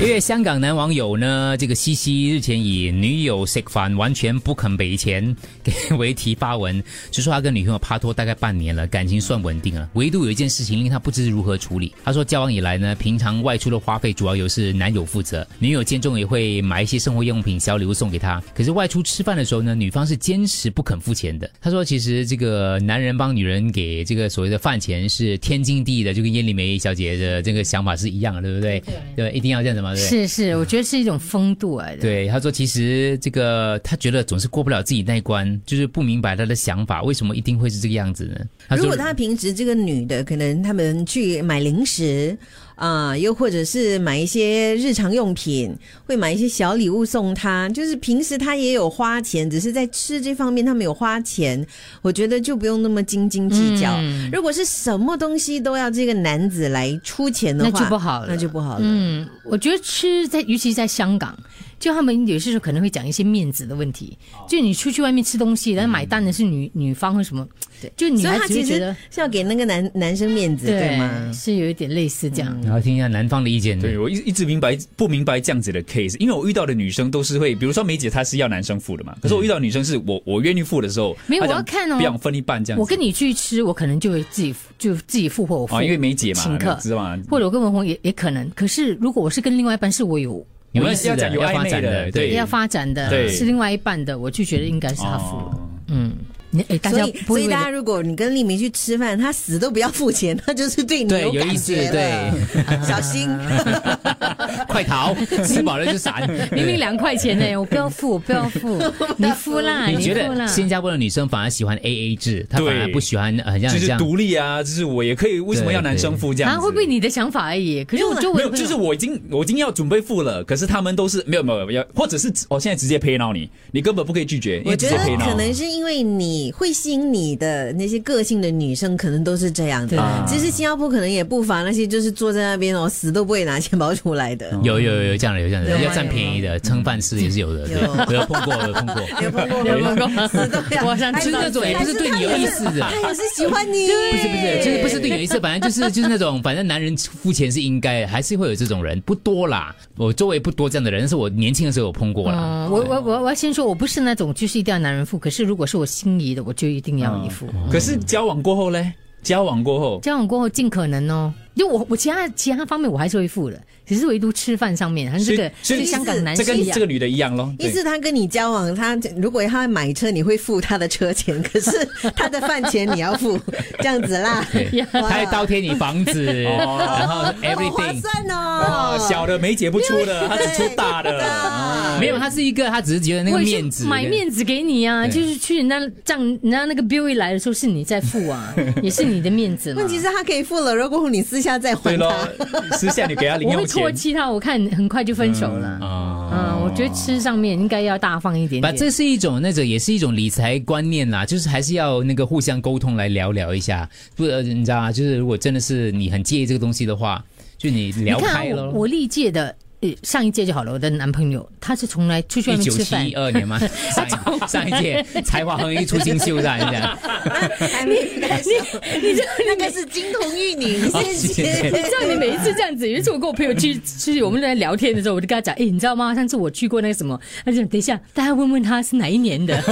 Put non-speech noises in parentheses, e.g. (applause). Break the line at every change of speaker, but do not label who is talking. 因为香港男网友呢，这个西西日前以女友食饭完全不肯给钱给为题发文，就说他跟女朋友拍拖大概半年了，感情算稳定了，唯独有一件事情令他不知如何处理。他说交往以来呢，平常外出的花费主要由是男友负责，女友见中也会买一些生活用品小礼物送给他。可是外出吃饭的时候呢，女方是坚持不肯付钱的。他说其实这个男人帮女人给这个所谓的饭钱是天经地义的，就跟燕丽梅小姐的这个想法是一样的，对不对？对，一定要这样子嘛，对不对？
是是，我觉得是一种风度来的。
对，他说其实这个他觉得总是过不了自己那一关，就是不明白他的想法为什么一定会是这个样子呢？他说
如果她平时这个女的，可能他们去买零食啊、又或者是买一些日常用品，会买一些小礼物送她，就是平时她也有花钱，只是在吃这方面她没有花钱，我觉得就不用那么斤斤计较。
嗯
如果是什么东西都要这个男子来出钱的话，
那就不好了
那就不好了。
嗯，我觉得吃在，尤其是在香港，就他们有些时候可能会讲一些面子的问题。
哦
就你出去外面吃东
嗯
西，然后买单的是女、女方或什么，就女
所以
孩
她
子
其
会觉
实
得
是要给那个男男生面子，对吗？
是有一点类似这样。
嗯
然后听一下男方的意见。
对，我一一直明白不明白这样子的 case，因为我遇到的女生都是会，比如说梅姐她是要男生付的嘛，可是我遇到的女生是我我愿意付的时候，
没有
她讲
我要看哦
不想分一半这样子。
我跟你去吃，我可能就会自己就自己付或我付，
啊，因为梅姐嘛
请，客
你知道吗？
或者我跟文红也也可能。可是如果我是跟另外一半，是我有
你
我
们
们要讲有
要
暧
发
昧
展
的，
的
对，
要发展的，
对
是另外一半的，我就觉得应该是他付了。
哦
嗯，你哎，大
所
家
以，
不
所
会
以
为
大
了
家如果你跟丽明去吃饭，他死都不要付钱，他就是对你
对有
感
意思
觉了 (laughs) 小
(laughs)
心。
快
(laughs)
逃！吃饱了就闪。
(laughs) 明明两块钱呢、我不要付，我不要付，
(laughs)
你付
啊
啦，
你觉
付
得
啦。
新加坡的女生反而喜欢 A A 制，她反而
对
不喜欢呃很像
就
很
是
像
独立啊，就是我也可以，为什么要男生付这样
啊，
子？
会不会你的想法而已？可是我周
没
围
有，啊
朋
就
友
是我已经我已经要准备付了，可是他们都是没有没有要，或者是我现在直接 pay now 你，你根本不可以拒绝，因
我
为
觉
直
得
接 pay
可
now。
能是因为你会吸引你的那些个性的女生，可能都是这样
对
的。其实新加坡可能也不乏那些就是坐在那边哦，死都不会拿钱 (laughs) 包出来的。
有有有这样的有这样
有
的，
啊
要占便宜的，蹭饭吃也是有的，对， (laughs)
有
我有碰过，我有碰过。
有哎
(laughs)
碰过
有
吗？
没有
死都不要
我想
还
知道
就是那种也不是对你有意
(laughs)
思的
他哎也是哎喜欢你，
不是不是，就是不是对有意思，反正就是 (laughs) 就是那种，反正男人付钱是应该的，还是会有这种人，不多啦。我周围不多这样的人，但是我年轻的时候有碰过
哦
啦。
啊
嗯，我我我我要先说，我不是那种就是一定要男人付，可是如果是我心仪的，我就一定要你付。
可是交往过后嘞，交往过后，
交往过后尽可能哦，因为我我其他其他方面我还是会付的，只是唯独吃饭上面，还是这个
所以所以
对香港男
这
生啊
跟
一样
这个女的一样咯。
意
对
思他跟你交往，他如果他买车，你会付他的车钱，可是他的饭钱你要付，这样子啦。 (laughs)
对，他
哇
还倒贴你房
(laughs)
子，
哦
然
(laughs)
后
好划
everything。
算
哇，
哦！
啊小的梅姐不出的，她只出大的。
啊
没有，他是一个，他只是觉得那个
我也是
面子，
买面子给你啊，
对
就是去人家账，人家那个 bill 一来的时候是你在
(laughs)
付啊，也是你的面子嘛。
问题是他可以付了，如果你私下再
对
还
咯
他，，
私下你给她零
我
用
会
钱
唾，弃他，我看很快就分手了。
啊。
嗯，我觉得吃上面应该要大方一点
把
点。
这是一种那种，也是一种理财观念啦，就是还是要那个互相沟通来聊聊一下，不，呃你知道吗？就是如果真的是你很介意这个东西的话，就你
你
聊
看、
开
啊、
了咯。
我我历届的呃上一届就好了，我的男朋友他是从来出去外
一
面
九
吃饭
七，二
(laughs)
年嘛，上一上一届才华横溢出新秀上这样，
还没你你这 (laughs) 那个是金童玉女，你
谢谢
先
你知道你每一次这样子，有一次我跟我朋友去 (laughs) 去，我们在聊天的时候，我就跟他讲，哎、你知道吗？上次我去过那个什么，他就讲等一下，大家问问他是哪一年的。